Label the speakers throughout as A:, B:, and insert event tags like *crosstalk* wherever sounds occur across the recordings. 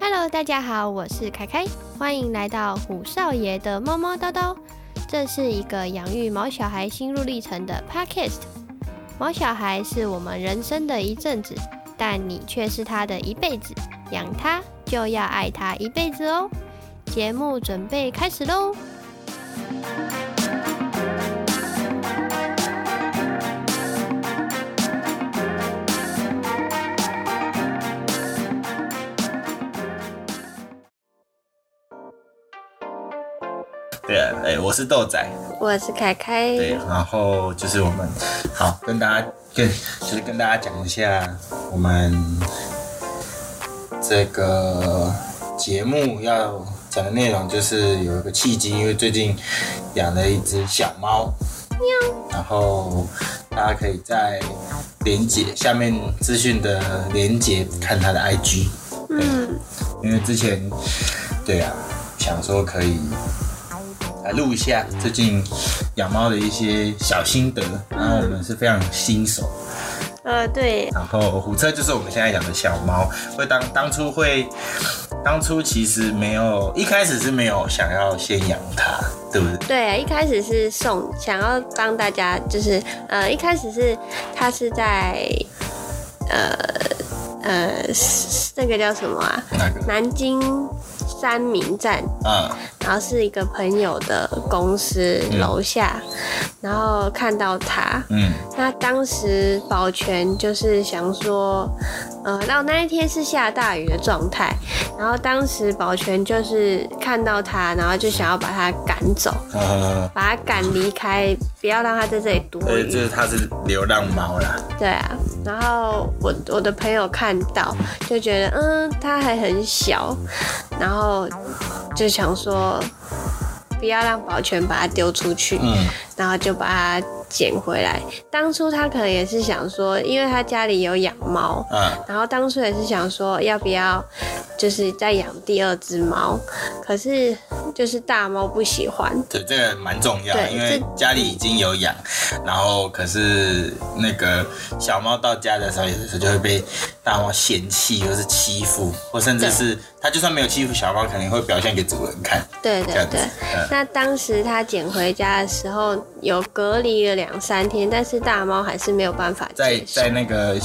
A: Hello，大家好，我是凯凯，欢迎来到虎少爷的猫猫叨叨。这是一个养育毛小孩心路历程的 Podcast。毛小孩是我们人生的一阵子，但你却是他的一辈子。养他就要爱他一辈子哦。节目准备开始喽！
B: 对啊，哎、我是豆仔，
A: 我是凯凯，
B: 对，然后就是我们好跟大家跟就是跟大家讲一下我们这个节目要讲的内容，就是有一个契机，因为最近养了一只小猫，然后大家可以在连接下面资讯的连接看它的 IG，
A: 嗯，
B: 因为之前对啊，想说可以来录一下最近养猫的一些小心得，然后我们是非常新手，
A: 呃，对，
B: 然后虎彻就是我们现在养的小猫，会当当初会。当初其实没有，一开始是没有想要先养它，对不对？
C: 对，一开始是送，想要帮大家，就是呃，一开始是他是在呃呃是那个叫什么啊？
B: 那个，
C: 南京三明站，
B: 嗯，
C: 然后是一个朋友的公司楼下，然后看到他，
B: 嗯，
C: 那当时保全就是想说，呃，到那一天是下大雨的状态，然后当时保全就是看到他，然后就想要把他赶走。
B: 呃，
C: 把它赶离开，不要让它在这里躲
B: 所以就
C: 雨。
B: 是它是流浪猫啦，
C: 对啊，然后我我的朋友看到就觉得，嗯，它还很小，然后就想说，不要让保全把它丢出去，
B: 嗯，
C: 然后就把它捡回来。当初他可能也是想说，因为他家里有养猫，
B: 嗯，
C: 然后当初也是想说要不要，就是再养第二只猫，可是就是大猫不喜欢，
B: 对，这个蛮重要，
C: 对
B: 因为家里已经有养，然后可是那个小猫到家的时候，有的时候就会被大猫嫌弃，或是欺负，或甚至
C: 对
B: 是它就算没有欺负小猫，可能会表现给主人看，
C: 对
B: 这
C: 对
B: 样子
C: 对。，
B: 嗯
C: 那当时他捡回家的时候，有隔离了两三天，但是大猫还是没有办法
B: 在
C: 接受
B: 在。那个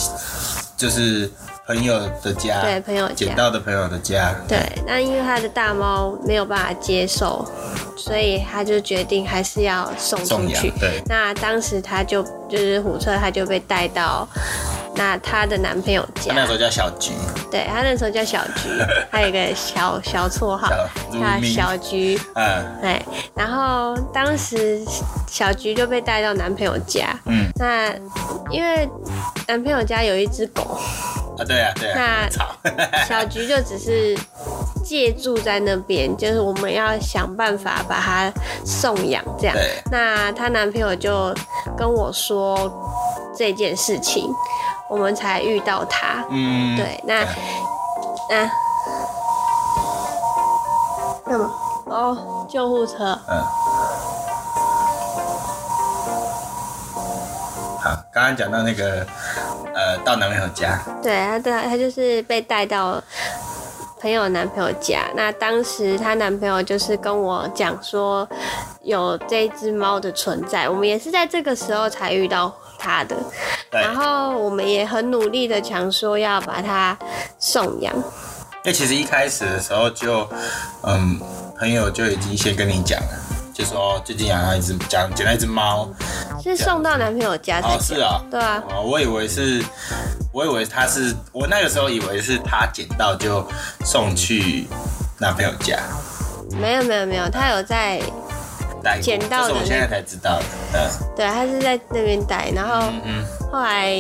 B: 就是朋友的家，
C: 对朋友
B: 捡
C: 家，
B: 到的朋友的家，
C: 对，那因为他的大猫没有办法接受，所以他就决定还是要送
B: 送
C: 出
B: 养
C: 去，。
B: 对，
C: 那当时他就就是虎彻，他就被带到那她的男朋友
B: 它啊那
C: 家
B: 时，候叫小菊，
C: 对他那时候叫小菊，他有一个小小绰号
B: 小
C: 叫
B: 如明，
C: 小菊。
B: 嗯
C: 对，然后当时小菊就被带到男朋友家，
B: 嗯，
C: 那因为男朋友家有一只
B: *laughs*
C: 狗，
B: 啊对啊对啊，
C: 那
B: 吵，
C: 小菊就只是借住在那边，就是我们要想办法把它送养这样。
B: 对，
C: 那她男朋友就跟我说这件事情，我们才遇到她。
B: 嗯，
C: 对，那那干嘛？哦，救护车。
B: 嗯，好，刚刚讲到那个，呃，到男朋友家，
C: 对，她对她就是被带到朋友男朋友家。那当时她男朋友就是跟我讲说有这只猫的存在，我们也是在这个时候才遇到它的。
B: 对，
C: 然后我们也很努力的想说要把它送养。
B: 因为其实一开始的时候就，嗯，朋友就已经先跟你讲了，就说最近养到一只，讲捡到一只猫，
C: 是送到男朋友家才
B: 哦，
C: 讲
B: 是啊、
C: 对啊，
B: 哦，我以为是，我以为他是，我那个时候以为是他捡到就送去男朋友家
C: 没有没有没有，他有在，
B: 带过，
C: 捡到的
B: 这是我现在才知道的，嗯
C: 对，他是在那边待，然后
B: 嗯嗯，
C: 后来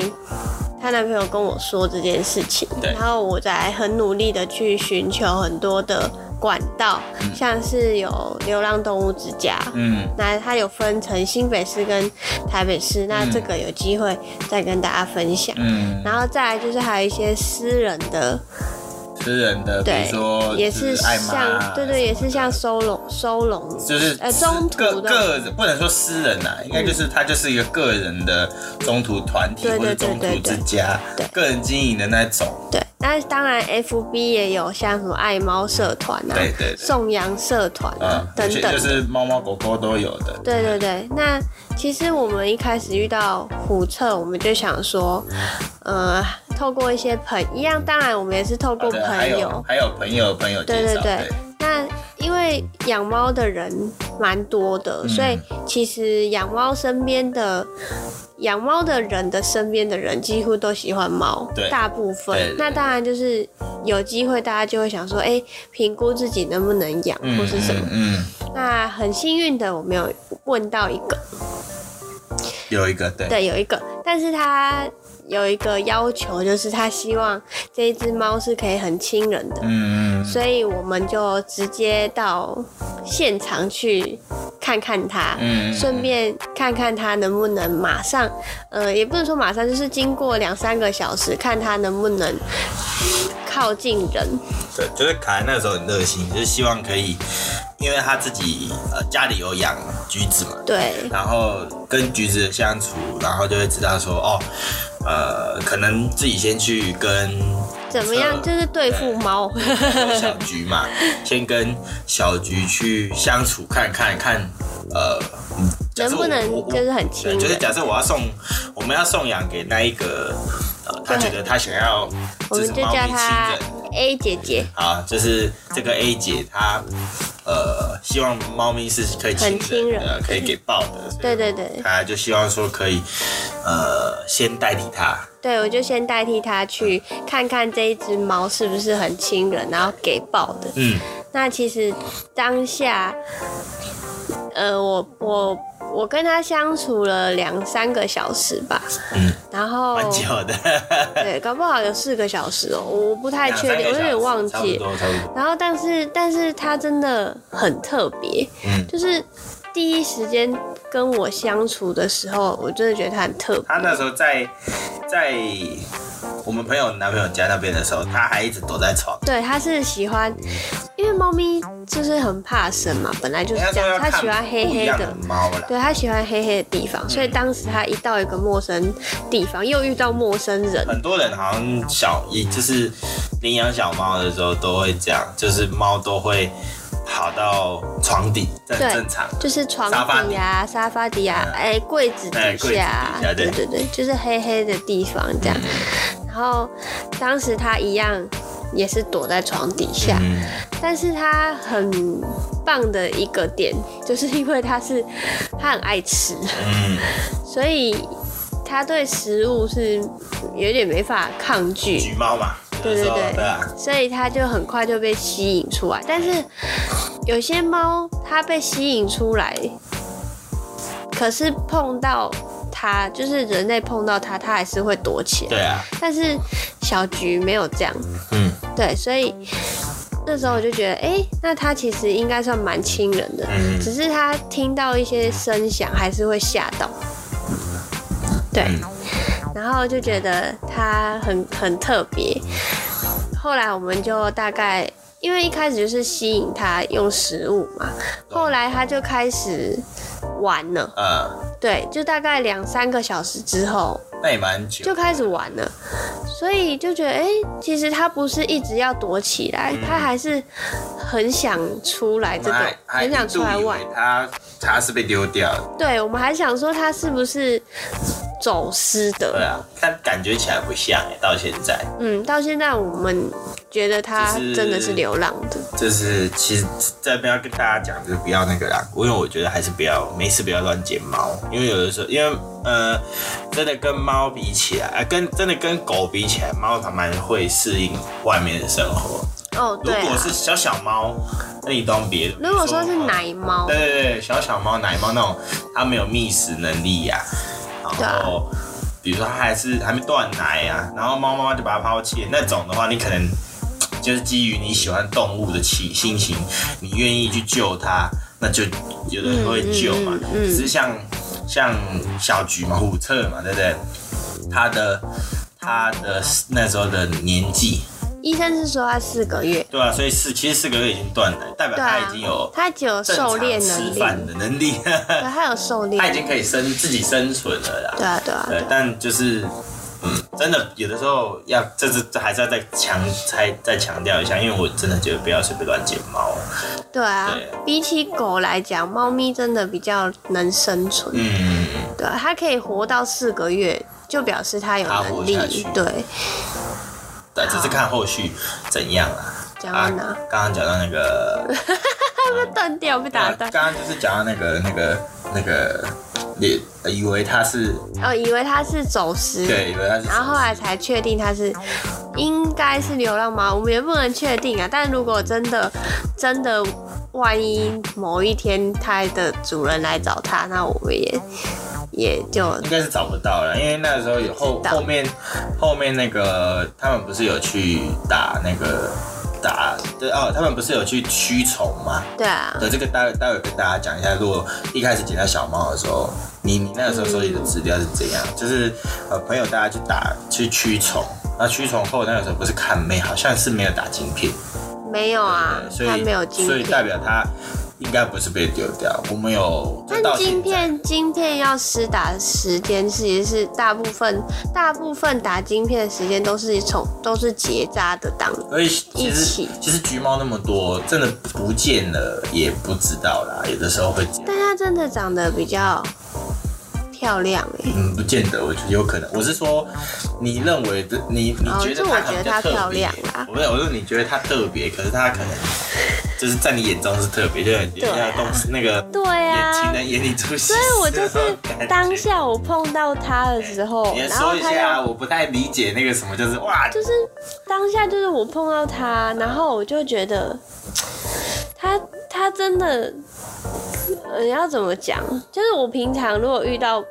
C: 她男朋友跟我说这件事情，
B: 对
C: 然后我才很努力的去寻求很多的管道，像是有流浪动物之家。
B: 嗯。
C: 那它有分成新北市跟台北市，那这个有机会再跟大家分享。
B: 嗯，
C: 然后再来就是还有一些私人的，
B: 私人的，比
C: 对
B: 如说
C: 也
B: 哦就是爱妈啊，
C: 像对对，也是像收容收容，
B: 就是
C: 呃中
B: 个
C: 途的
B: 个人不能说私人呐、应该就是他就是一个个人的中途团体
C: 对
B: 或
C: 对
B: 者中途之家
C: 对对对对，
B: 个人经营的那种。
C: 对，那当然，FB 也有像什么爱猫社团啊、
B: 对对对，
C: 送养社团啊、
B: 嗯，
C: 等
B: 有些
C: 等
B: 就。是猫猫狗狗都有的，
C: 对对对，那其实我们一开始遇到虎彻，我们就想说，呃，透过一些朋一样，当然我们也是透
B: 嗯啊
C: 过
B: 对，还有
C: 朋友。
B: 还有朋友朋友
C: 对
B: 介
C: 对
B: 绍，
C: 对那因为养猫的人蛮多的，
B: 嗯
C: 所以其实养猫身边的养猫的人的身边的人几乎都喜欢猫
B: 对，
C: 大部分
B: 对对。
C: 那当然就是有机会，大家就会想说，哎，评估自己能不能养
B: 嗯
C: 或是什么。
B: 嗯，嗯
C: 那很幸运的，我们有问到一个，
B: 有一个对，
C: 对，有一个，但是他有一个要求，就是他希望这一只猫是可以很亲人的，
B: 嗯嗯
C: 所以我们就直接到现场去看看它。
B: 嗯，嗯
C: 顺便看看它能不能马上，呃，也不能说马上，就是经过两三个小时，看它能不能靠近人。
B: 对，就是凯恩那时候很热心，就是希望可以，因为他自己呃家里有养橘子嘛，
C: 对，
B: 然后跟橘子的相处，然后就会知道说哦，呃，可能自己先去跟
C: 怎么
B: 呃
C: 样？就是对付猫。
B: 小菊
C: *laughs*
B: 嘛，先跟小菊去相处看看看，呃，嗯假设
C: 能不
B: 我
C: 能
B: 我我
C: 就是很亲
B: 对，就是
C: 人？
B: 假设我要送，我们要送养给那一个，呃，他
C: 对
B: 觉得他想要，
C: 我
B: 就
C: 们
B: 是
C: 就
B: 猫
C: 叫
B: 咪亲
C: 它
B: 人。
C: A 姐姐，
B: 啊，就是这个 A 姐她，呃，希望猫咪是可以亲
C: 很亲
B: 人
C: 人
B: 的，可以给抱的，所以
C: 对对对
B: 她就希望说可以，呃，先代替她，
C: 对我就先代替它去看看这一只猫是不是很亲人，然后给抱的。
B: 嗯，
C: 那其实当下，呃，我我我跟它相处了两三个小时吧，
B: 嗯，
C: 然后
B: 蛮久的，
C: 对，搞不好有四个小时哦、我不哦太
B: 两
C: 确
B: 三个
C: 定，我有
B: 小时
C: 点忘
B: 差不
C: 记。
B: 多差不多，
C: 然后，但是但是它真的很特别，
B: 嗯，
C: 就是第一时间跟我相处的时候，我真的觉得它很特别。
B: 她那时候在在我们朋友男朋友家那边的时候，她还一直躲在床。
C: 对，它是喜欢，
B: 嗯
C: 因为猫咪就是很怕生嘛，本来就是
B: 人家
C: 这
B: 说要
C: 样，它
B: 看
C: 喜欢黑
B: 不一
C: 黑
B: 样
C: 的。
B: 猫啦，
C: 对它喜欢黑黑的地方，所以当时它一到一个陌生地方，又遇到陌生人，
B: 很多人好像小一就是领养小猫的时候都会这样，就是猫都会跑到床底，这很
C: 对
B: 正常。
C: 就是床
B: 沙发
C: 底啊、沙发底啊、哎、柜子
B: 哎柜
C: 底
B: 子底
C: 下啊，
B: 下对嗯
C: 对对对，就是黑黑的地方这样。然后当时它一样也是躲在床底下，
B: 嗯，
C: 但是它很棒的一个点，就是因为它是它很爱吃，
B: 嗯，
C: 所以它对食物是有点没法抗拒，
B: 橘猫嘛，
C: 对
B: 有的
C: 对
B: 时候
C: 对
B: 对啊，
C: 所以它就很快就被吸引出来。但是有些猫它被吸引出来，可是碰到它，就是人类碰到它，它还是会躲起来。
B: 对啊，
C: 但是小菊没有这样，
B: 嗯
C: 对，所以那时候我就觉得，哎、那它其实应该算蛮亲人的，
B: 嗯
C: 只是它听到一些声响还是会吓到。对，
B: 嗯
C: 然后就觉得它很很特别。后来我们就大概，因为一开始就是吸引它用食物嘛，后来它就开始玩了。
B: 呃，
C: 对，就大概两三个小时之后，
B: 那也蛮久，
C: 就开始玩了，所以就觉得，哎、其实他不是一直要躲起来，他还是很想出来，这
B: 我
C: 个
B: 们嗯还还
C: 很想
B: 一度
C: 出来
B: 以
C: 玩
B: 为。它它是被丢掉的，
C: 对，我们还想说他是不是走失
B: 对
C: 的？
B: 啊，但感觉起来不像欸到现在
C: 嗯，到现在我们觉得他
B: 就是
C: 真的是流浪的。
B: 就是其实这边要跟大家讲，就是不要那个啦，因为我觉得还是不要没事不要乱捡猫，因为有的时候，因为呃，真的跟猫比起来，啊，跟真的跟狗比起来，猫它蛮会适应外面的生活。
C: 哦，
B: 如
C: 对
B: 果
C: 啊
B: 是。小小猫，那你懂别的。
C: 如果说是奶猫
B: 对，对对，小小猫、奶猫那种，它没有觅食能力呀、
C: 对
B: 然
C: 啊
B: 后，比如说它还是还没断奶呀、然后猫妈妈就把它抛弃了那种的话，你可能就是基于你喜欢动物的起心情，你愿意去救它，那就有的人会救嘛。
C: 嗯嗯嗯嗯
B: 只是像像小菊嘛、虎彻嘛，对不对？它的它的那时候的年纪，
C: 医生是说他四个月，
B: 对啊，所以四其实四个月已经断奶，代表
C: 对
B: 它
C: 啊
B: 已经有。，
C: 他只有
B: 正
C: 狩
B: 常
C: 猎
B: 吃
C: 能力，
B: 饭的能力，
C: 对，他有狩猎
B: 他，已经可以生自己生存了啦。
C: 对啊，对啊，对
B: 对
C: 啊，
B: 但就是嗯真的有的时候要，这是这还是要再强再再强调一下，因为我真的觉得不要随便乱捡猫。
C: 对啊，
B: 对
C: 比起狗来讲，猫咪真的比较能生存。
B: 嗯，
C: 对啊，它可以活到四个月，就表示它有
B: 它活
C: 能力
B: 下去。
C: 对，
B: 对，只是看后续怎样啦。
C: 讲
B: 啊
C: 完了，，
B: 刚刚讲到那个，
C: 断掉被 *laughs* 打
B: 啊
C: 断
B: 刚。刚就是讲到那个那个那个，你以为它是
C: 哦，以为它是走私。
B: 对，以为它是，
C: 然后后来才确定它是，应该是流浪猫，我们也不能确定啊。但如果真的真的，万一某一天它的主人来找它，那我们也也就
B: 应该是找不到了，因为那个时候有后
C: 不知道
B: 后面后面那个他们不是有去打那个打对哦，他们不是有去驱虫吗？
C: 对啊，
B: 对，这个待会待会跟大家讲一下。如果一开始捡到小猫的时候，你你那个时候手里的资料是怎样？就是呃，朋友大家去打去驱虫，那驱虫后那个时候不是看妹，好像是没有打晶片，
C: 没有啊
B: 对，所
C: 它
B: 以
C: 没有晶
B: 所以代
C: 片。
B: 表它应该不是被丢掉。我们有就到现
C: 但
B: 在
C: 晶片晶片要施打的时间，其实是大部分大部分打晶片的时间都是从都是结扎的当
B: 所以其
C: 一
B: 实
C: 起
B: 其实橘猫那么多，真的不见了也不知道啦，有的时候会这样。
C: 但它真的长得比较漂亮哎、
B: 嗯，不见得，我觉得有可能。我是说，你认为的，你你
C: 哦
B: 觉得
C: 这我
B: 可
C: 觉
B: 能比
C: 得
B: 较
C: 她
B: 特
C: 漂
B: 别
C: 亮啊啦。
B: 我没有，我说你觉得它特别，可是它可能就是在你眼中是特别，就很
C: 对啊
B: 像动那个
C: 对
B: 眼
C: 啊
B: 情，人眼里出西施
C: 所以我就
B: 那种
C: 是
B: 感觉
C: 当。下我碰到他的时候，
B: 你
C: 然
B: 说
C: 后
B: 一
C: 他
B: 下，
C: 又
B: 我不太理解那个什么，就是哇，
C: 就是当下就是我碰到他，然后我就觉得他他真的。呃，要怎么讲？就是我平常如果遇到，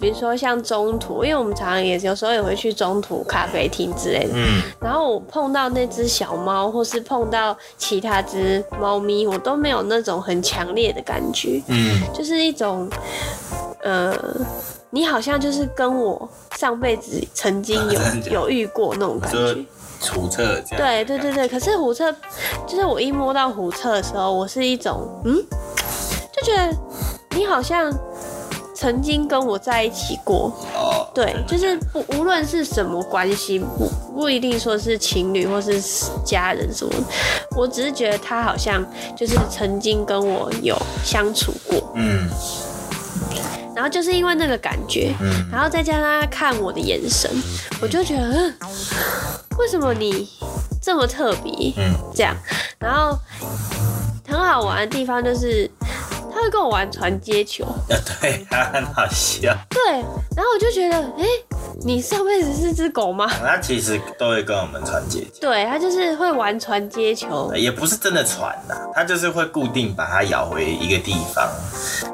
C: 比如说像中途，因为我们常常也有时候也会去中途咖啡厅之类的，
B: 嗯，
C: 然后我碰到那只小猫，或是碰到其他只猫咪，我都没有那种很强烈的感觉，
B: 嗯，
C: 就是一种，呃，你好像就是跟我上辈子曾经有
B: *laughs* 真的假的
C: 有遇过那种感
B: 就
C: 觉。
B: 楚策这样。
C: 对对对，对，可是虎彻，就是我一摸到虎彻的时候，我是一种嗯，就觉得你好像曾经跟我在一起过，
B: 哦，
C: 对，就是不无论是什么关系，不不一定说是情侣或是家人什么，我只是觉得他好像就是曾经跟我有相处过，
B: 嗯
C: 然后就是因为那个感觉，
B: 嗯，
C: 然后再加上他看我的眼神，我就觉得，嗯，为什么你这么特别？
B: 嗯 *laughs*
C: 这样，然后很好玩的地方就是他会跟我玩传接球，
B: 啊，对， *laughs* 它很好笑。
C: 对，然后我就觉得，哎、你上辈子是只狗吗？
B: 它其实都会跟我们传接近，
C: 对，它就是会玩传接球，
B: 也不是真的传呐、它就是会固定把它咬回一个地方。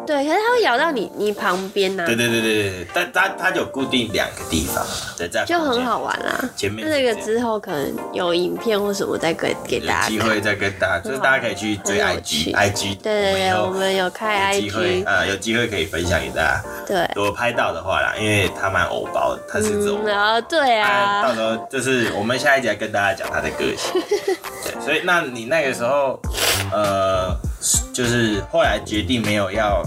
C: 对，可是它会咬到你你旁边啊呐、
B: 对对对对对对，但它它有固定两个地方，对，在
C: 就
B: 房间
C: 很好。玩啦。
B: 前面
C: 那
B: 是
C: 这个
B: 这样
C: 之后可能有影片或什么再给给
B: 有
C: 大家
B: 机
C: 看。
B: 会再跟大家，就是大家可以去追
C: 很有趣
B: IG，IG
C: 对对对，我们有开
B: 有机会
C: IG，
B: 啊，有机会可以分享给大家。
C: 对，
B: 如果拍到的话啦，因为它蛮偶包的，它是这种
C: 嗯，。然后对
B: 啊，到
C: 啊，
B: 时候就是我们下一集来跟大家讲他的个
C: *laughs*
B: 性。对，所以那你那个时候，呃，就是后来决定没有要，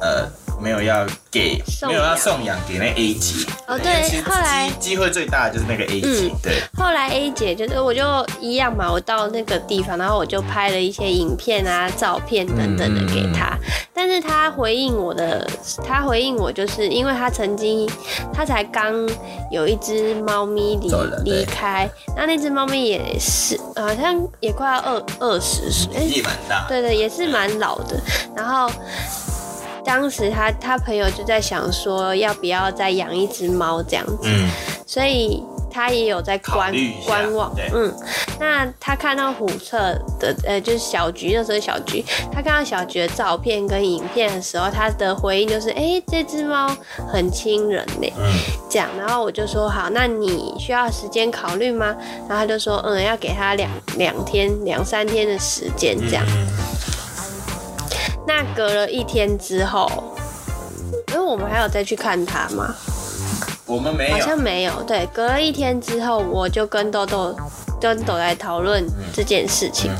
B: 呃，没有要给，
C: 送
B: 没
C: 养
B: 有要送养给那 A 级。
C: 哦
B: 因为
C: 对
B: 其实
C: 后来嗯
B: 机机会最大的就是那个 A 级。对，
C: 后来 A 姐就是我就一样嘛，我到那个地方，然后我就拍了一些影片啊、照片等等的给她。
B: 嗯
C: 但是她回应我的，她回应我就是因为她曾经，她才刚有一只猫咪离
B: 走了对
C: 离开，那那只猫咪也是好像也快要二二十岁，诶
B: 年纪蛮大。
C: 对对，也是蛮老的。然后当时他他朋友就在想说，要不要再养一只猫这样子，
B: 嗯，
C: 所以他也有在
B: 考
C: 观
B: 虑一下
C: 观望
B: 对。
C: 嗯，那他看到虎彻的呃，就是小菊那时候小菊，他看到小菊的照片跟影片的时候，他的回应就是，哎、这只猫很亲人呢、
B: 嗯，
C: 这样，然后我就说好，那你需要时间考虑吗？然后他就说，嗯，要给他两两天、两三天的时间这样。
B: 嗯
C: 那隔了一天之后，因为我们还有再去看他嘛，
B: 我们没
C: 好
B: 有。
C: 像没有。对，隔了一天之后，我就跟豆豆跟豆来讨论这件事情，
B: 嗯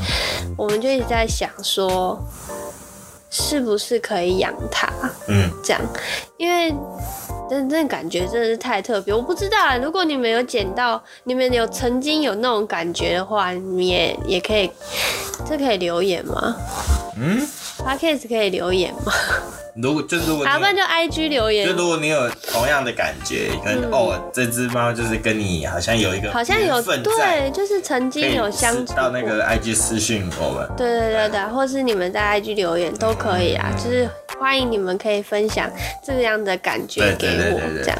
C: 我们就一直在想说，是不是可以养它
B: 嗯
C: 这样，因为但那感觉真的是太特别，我不知道啊。如果你们有捡到，你们有曾经有那种感觉的话，你们也也可以，这可以留言吗
B: 嗯，
C: ？Podcast 可以留言吗？
B: 如果就如果你
C: 啊，
B: 有
C: 不然就 IG 留
B: 就
C: 言，
B: 如果你有同样的感觉，可能、哦，这只猫就是跟你好像有一个
C: 嗯好像有
B: 缘分在
C: 对，就是曾
B: 可
C: 经
B: 以
C: 有相处
B: 到那
C: 过
B: 个 IG 私讯我们，
C: 对对对对，或是你们在 IG 留言都可以
B: 嗯
C: 啊，就是欢迎你们可以分享这样的感觉
B: 对
C: 给
B: 对对
C: 我
B: 对，对
C: 这样，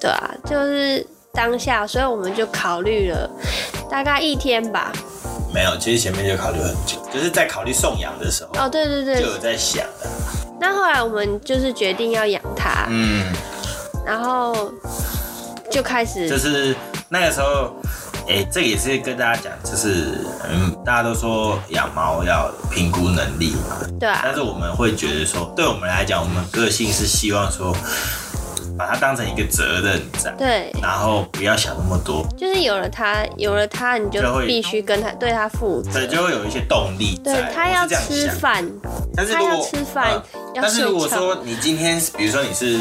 C: 对啊，就是当下，所以我们就考虑了大概一天吧。
B: 没有，其实前面就考虑很久，就是在考虑送养的时候、
C: 哦，对对
B: 就
C: 对，
B: 有在想了，
C: 那后来我们就是决定要养它，
B: 嗯，
C: 然后就开
B: 就
C: 始，
B: 是那个时候。哎、这个也是跟大家讲，就是嗯，大家都说养猫要评估能力嘛，
C: 对啊，
B: 但是我们会觉得说，对我们来讲，我们个性是希望说，把它当成一个责任在，
C: 对，
B: 然后不要想那么多，
C: 就是有了它，有了它，你就
B: 就会
C: 必须跟它对它负责，
B: 对，就会有一些动力在。
C: 对它
B: 我
C: 要
B: 是这样
C: 吃
B: 想，
C: 饭，
B: 但是
C: 它
B: 如
C: 要
B: 果
C: 吃饭
B: 嗯，
C: 要
B: 但是如果
C: 睡觉，
B: 说你今天，比如说你是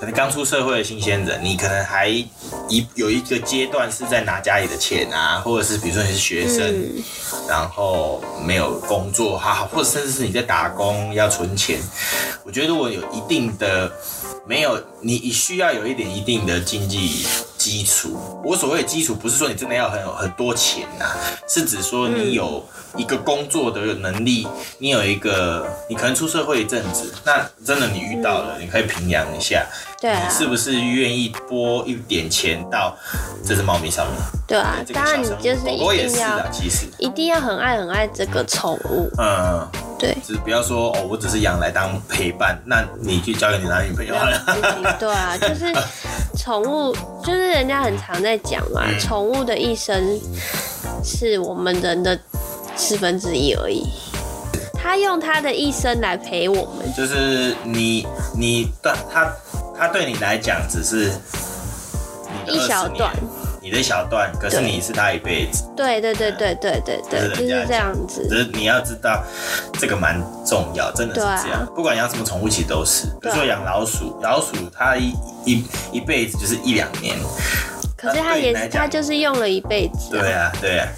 B: 可能刚出社会的新鲜人，你可能还一有一个阶段是在拿家里的钱啊，或者是比如说你是学生，
C: 嗯。
B: 然后没有工作哈，或者甚至是你在打工要存钱，我觉得如果有一定的没有，你需要有一点一定的经济基础。我所谓的基础，不是说你真的要很有很多钱呐、是指说你有一个工作的能力，你有一个，你可能出社会一阵子，那真的你遇到了，你可以平养一下，
C: 对啊
B: 你，是不是愿意拨一点钱到这只猫咪上面？
C: 对啊，
B: 这个
C: 当然
B: 小
C: 你
B: 生物
C: 就是
B: 狗狗
C: 一
B: 也
C: 定
B: 是
C: 要、
B: 啊，其实。
C: 一定要很爱很爱这个宠
B: *laughs*
C: 物，
B: 嗯，
C: 对，啊
B: 只不要说哦，我只是养来当陪伴，那你去交给你男女朋友好了。
C: 对啊，就是宠物，就是人家很常在讲嘛，
B: 嗯
C: 宠物的一生是我们人的四分之一而已，它用它的一生来陪我们，
B: *laughs* 就是你你对他他对你来讲只是你的
C: 一小
B: 20年
C: 段，
B: 你的一小段，可是
C: 对
B: 你是他一辈子，
C: 对对对对对对对，
B: 就
C: 就是
B: 人家
C: 是这样
B: 只
C: 子，
B: 是你要知道这个蛮重要，真的是
C: 对啊
B: 这样。不管养什么宠物，其实都是，比如
C: 对啊
B: 说养老鼠，老鼠它一一一辈子就是一两年，
C: 可是它
B: 对你
C: 也
B: 来
C: 是
B: 讲
C: 它就是用了一辈子、啊，
B: 对啊对啊，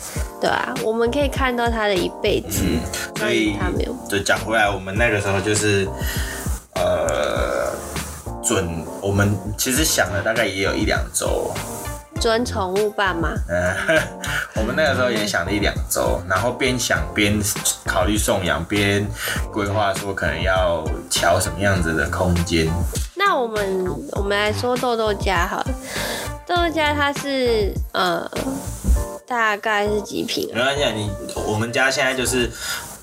C: 对啊，我们可以看到它的一辈子，
B: 嗯，所
C: 所
B: 以
C: 以它没有，
B: 就讲回来，我们那个时候就是，呃，准我们其实想了大概也有一两周，
C: 准宠物爸妈。
B: 嗯， *laughs* 我们那个时候也想了一两周，然后边想边考虑送养，边规划说可能要调什么样子的空间，
C: 那我们我们来说豆豆家好了，豆豆家它是呃大概是几平啊？
B: 没关系，啊，你我们家现在就是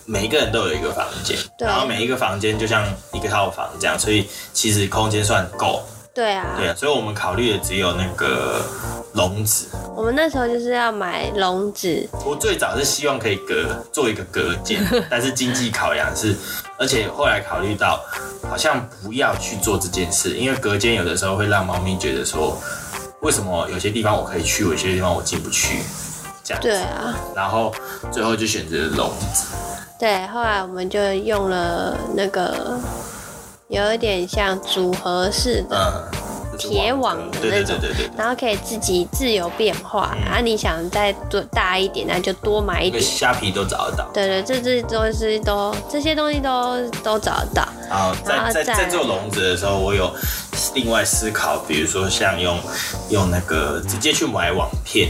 B: 每一个人都有一个房间，
C: 对
B: 然后每一个房间就像一个套房这样，所以其实空间算够，
C: 对啊，
B: 对啊，所以我们考虑的只有那个笼子。
C: 我们那时候就是要买笼子，
B: 我最早是希望可以隔做一个隔
C: *laughs*
B: 间，但是经济考量是，而且后来考虑到好像不要去做这件事，因为隔间有的时候会让猫咪觉得说，为什么有些地方我可以去，有些地方我进不去，这样子
C: 对。啊，
B: 然后最后就选择笼子，
C: 对，后来我们就用了那个有一点像组合式的，
B: 嗯，就是
C: 铁网的
B: 对对
C: 那
B: 对
C: 种
B: 对对对。
C: 然后可以自己自由变化，
B: 嗯
C: 然后你想再多大一点，那就多买一
B: 那个
C: 点。
B: 虾皮都找得到，
C: 对对，这这东西都这些东西都都找得到。
B: 然后
C: 然
B: 在
C: 后
B: 在
C: 再
B: 在做笼子的时候，我有另外思考，比如说像用用那个直接去买网片，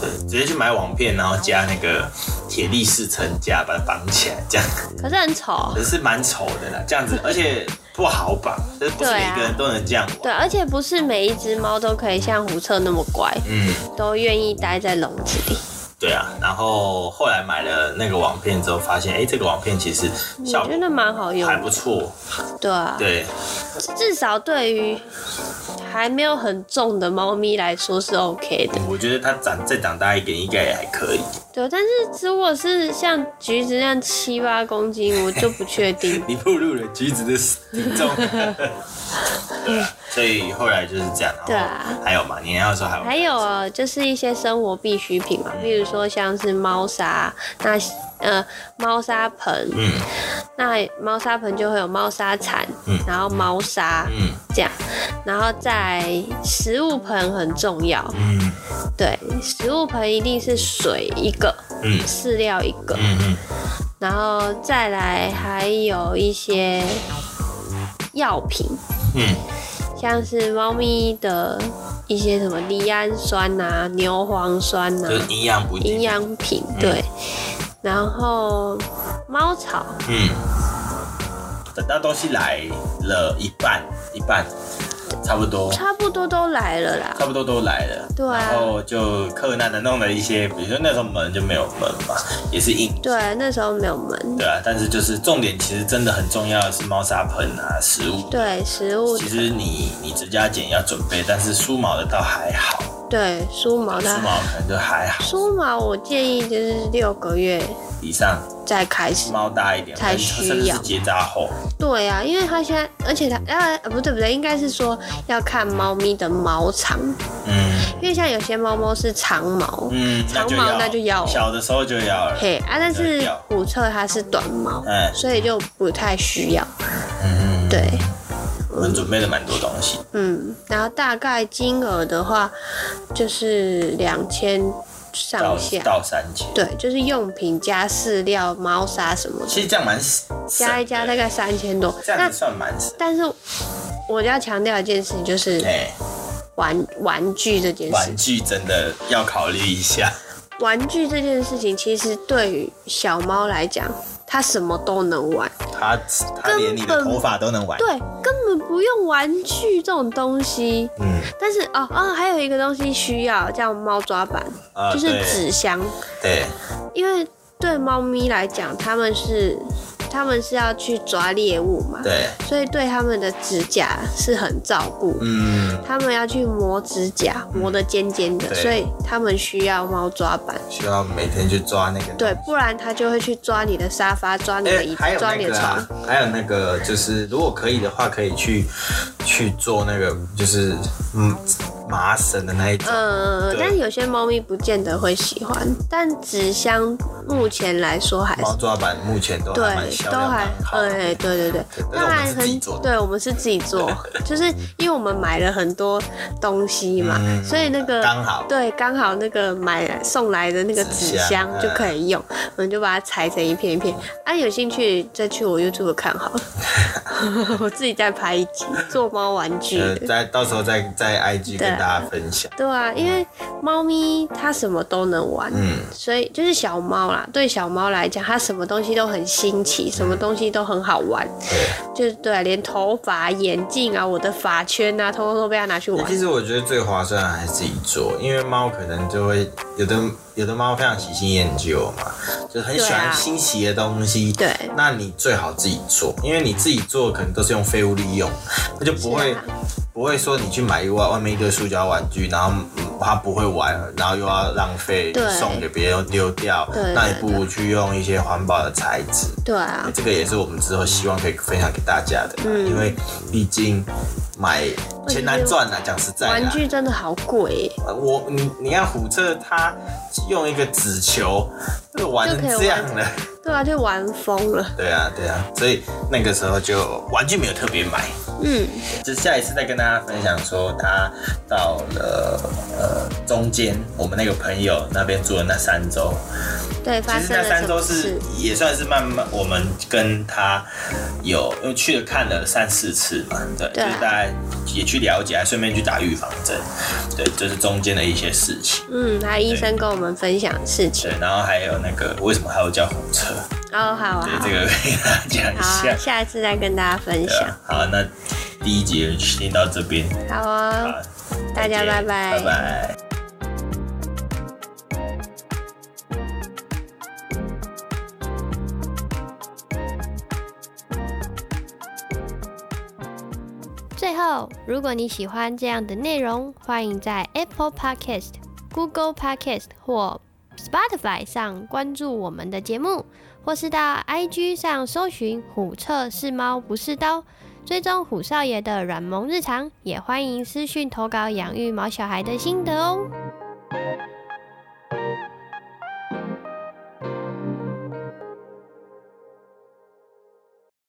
B: 对，直接去买网片，然后加那个铁力士层架把它绑起来，这样
C: 可是很丑，
B: 可是蛮丑的啦，这样子，而且不好绑，就是不是
C: 对
B: 每
C: 啊
B: 个人都能这样玩。
C: 对，而且不是每一只猫都可以像胡彻那么乖，
B: 嗯，
C: 都愿意待在笼子里。
B: 对啊，然后后来买了那个网片之后，发现哎、这个网片其实效
C: 我
B: 果
C: 觉得蛮好用
B: 还
C: 的，
B: 不错，
C: 对啊，
B: 对，
C: 至少对于还没有很重的猫咪来说是 OK 的。
B: 我觉得它长再长大一点应该也还可以。
C: 对，但是如果是像橘子那样七八公斤，我就不确
B: *laughs*。
C: 定
B: 你暴露了橘子的听众。对啊所以后来就是这样。然后
C: 对啊
B: 还有嘛？你那时候还有
C: 还有啊，就是一些生活必需品嘛，比如说像是猫砂，那呃猫砂盆，
B: 嗯
C: 那猫砂盆就会有猫砂铲，
B: 嗯
C: 然后猫砂，
B: 嗯
C: 这样。然后在食物盆很重要，
B: 嗯
C: 对，食物盆一定是水一个，
B: 嗯
C: 饲料一个，
B: 嗯嗯
C: 然后再来还有一些药品，
B: 嗯
C: 像是猫咪的一些什么赖氨酸啊、牛磺酸
B: 嗯，
C: 啊
B: 就是营养补
C: 营
B: 给。
C: 养品，对。然后猫草，
B: 嗯，等到东西来了一半一半，差不多。
C: 差不多都来了啦。
B: 差不多都来了，
C: 对啊
B: 然后就克难的弄了一些，比如说那时候门就没有门嘛，也是硬
C: 对，那时候没有门。
B: 对啊，但是就是重点，其实真的很重要的是猫砂盆啊、食物。
C: 对，食物
B: 其实你你指甲剪要准备，但是梳毛的倒还好，
C: 对梳毛
B: 梳
C: 的
B: 毛可能就还好。
C: 梳毛，我建议就是六个月
B: 以上
C: 再开始。
B: 猫大一点，
C: 才需要
B: 甚至是结扎后，
C: 对啊，因为它现在，而且它啊不对不对，应该是说要看猫咪的毛长，
B: 嗯
C: 因为像有些猫猫是长毛，
B: 嗯，
C: 长
B: 就
C: 毛
B: 要
C: 那就要
B: 小的时候就要了，
C: 嘿啊，但是虎彻它是短毛，
B: 哎
C: 所以就不太需要。
B: 嗯，
C: 对，
B: 我们准备了蛮多东西，
C: 嗯，然后大概金额的话就是两千上
B: 到
C: 下，
B: 到三千，
C: 对，就是用品加饲料、猫砂什么的，
B: 其实这样蛮省
C: 加一加大
B: 的，
C: 概三千多。
B: 这样
C: 那
B: 子算蛮省，
C: 但是我要强调一件事情，就是
B: 哎，
C: 玩玩具这件事
B: 玩。具真的要考虑一下，
C: 玩具这件事情，其实对于小猫来讲，它什么都能玩，
B: 它它连你的头发都能玩，
C: 对，根本不用玩具这种东西。
B: 嗯，
C: 但是哦哦，还有一个东西需要叫猫抓板，
B: 啊
C: 就是
B: 对
C: 纸箱。
B: 对，
C: 因为对猫咪来讲，它们是它们是要去抓猎物嘛，
B: 对，
C: 所以对它们的指甲是很照顾。
B: 嗯，
C: 它们要去磨指甲，磨得尖尖的，
B: 对
C: 所以它们需要猫抓板。
B: 需要每天去抓那个。
C: 对，不然它就会去抓你的沙发、抓你
B: 哎、
C: 的椅子、
B: 还有
C: 抓
B: 那
C: 你的
B: 个、
C: 床。
B: 啊，还有那个，就是如果可以的话，可以去去做那个，就是嗯麻绳的那一种。
C: 呃，
B: 对
C: 但是有些猫咪不见得会喜欢，但纸箱目前来说还
B: 猫
C: 是。
B: 抓板目前都还蛮
C: 嗯对，
B: 销
C: 都
B: 量
C: 还
B: 蛮，好的，
C: 哎，对对对，
B: 但是我们是自己
C: 很
B: 做，的
C: 对我们是自己
B: *laughs*
C: 做，就是因为我们买了很多东西嘛，
B: 嗯
C: 所以那个
B: 刚好
C: 对，刚好那个买来送来的那个纸
B: 纸箱
C: 箱
B: 嗯
C: 就可以用，我们就把它裁成一片一片。啊，有兴趣再去我 YouTube 看好了， *laughs* 我自己再拍一集做猫玩具
B: 呃，
C: 的。
B: 在到时候再在 IG
C: 对啊
B: 跟大家分享。
C: 对啊，因为猫咪它什么都能玩，
B: 嗯，
C: 所以就是小猫啦，对小猫来讲，它什么东西都很新
B: 嗯
C: 奇，什么东西都很好玩，
B: 对。
C: 就是对啊、连头发、眼镜啊、我的发圈啊，通通都被它拿去玩。
B: 其实我觉得最划算的还是自己做，因为猫可能就会有的有的猫非常喜新厌旧嘛，就很喜
C: 对
B: 欢
C: 啊
B: 新奇的东西。
C: 对啊
B: 那你最好自己做，因为你自己做可能都是用废物利用，那就不会、
C: 是啊
B: 不会说你去买一外外面一堆塑胶玩具，然后嗯它不会玩，然后又要浪费
C: 对
B: 送给别人又丢掉
C: 对，
B: 那你不如去用一些环保的材质。
C: 对啊，
B: 这个也是我们之后希望可以分享给大家的嘛，
C: 嗯
B: 因为毕竟买钱难赚啊，讲实在
C: 哎玩
B: 啦。
C: 具真的好贵耶，
B: 呃我你你看虎彻他用一个纸球就玩成这样
C: 就可以
B: 了，
C: 对啊，就玩疯了。
B: 对啊对啊，所以那个时候就玩具没有特别买，
C: 嗯，
B: 就下一次再跟大家分享说他到了呃中间我们那个朋友那边住的那三周，
C: 对，发
B: 其实
C: 生
B: 那
C: 了
B: 三
C: 什
B: 周
C: 么
B: 是
C: 事？
B: 也算是慢慢，我们跟他有又去了看了三四次嘛，对，
C: 对啊
B: 就是大家也去了解，还顺便去打预防针，对，这、是中间的一些事情，
C: 嗯，还有医生跟我们分享事情
B: 对。，然后还有那个为什么还有叫虎车，
C: 哦，好啊
B: 对，，
C: 好
B: 这
C: 啊
B: 个可以跟大家讲一
C: 好啊，
B: 下，
C: 下一次再跟大家分
B: 对
C: 享。
B: 啊，好，那第一集就听到这边，
C: 好哦
B: 好，
C: 大家
B: 啊再见
C: 拜拜
B: 拜拜。
A: 最后，如果你喜欢这样的内容，欢迎在 Apple Podcast、Google Podcast 或 Spotify 上关注我们的节目，或是到 IG 上搜寻“虎彻是猫不是刀”，追踪虎少爷的软萌日常。也欢迎私讯投稿养育毛小孩的心得哦。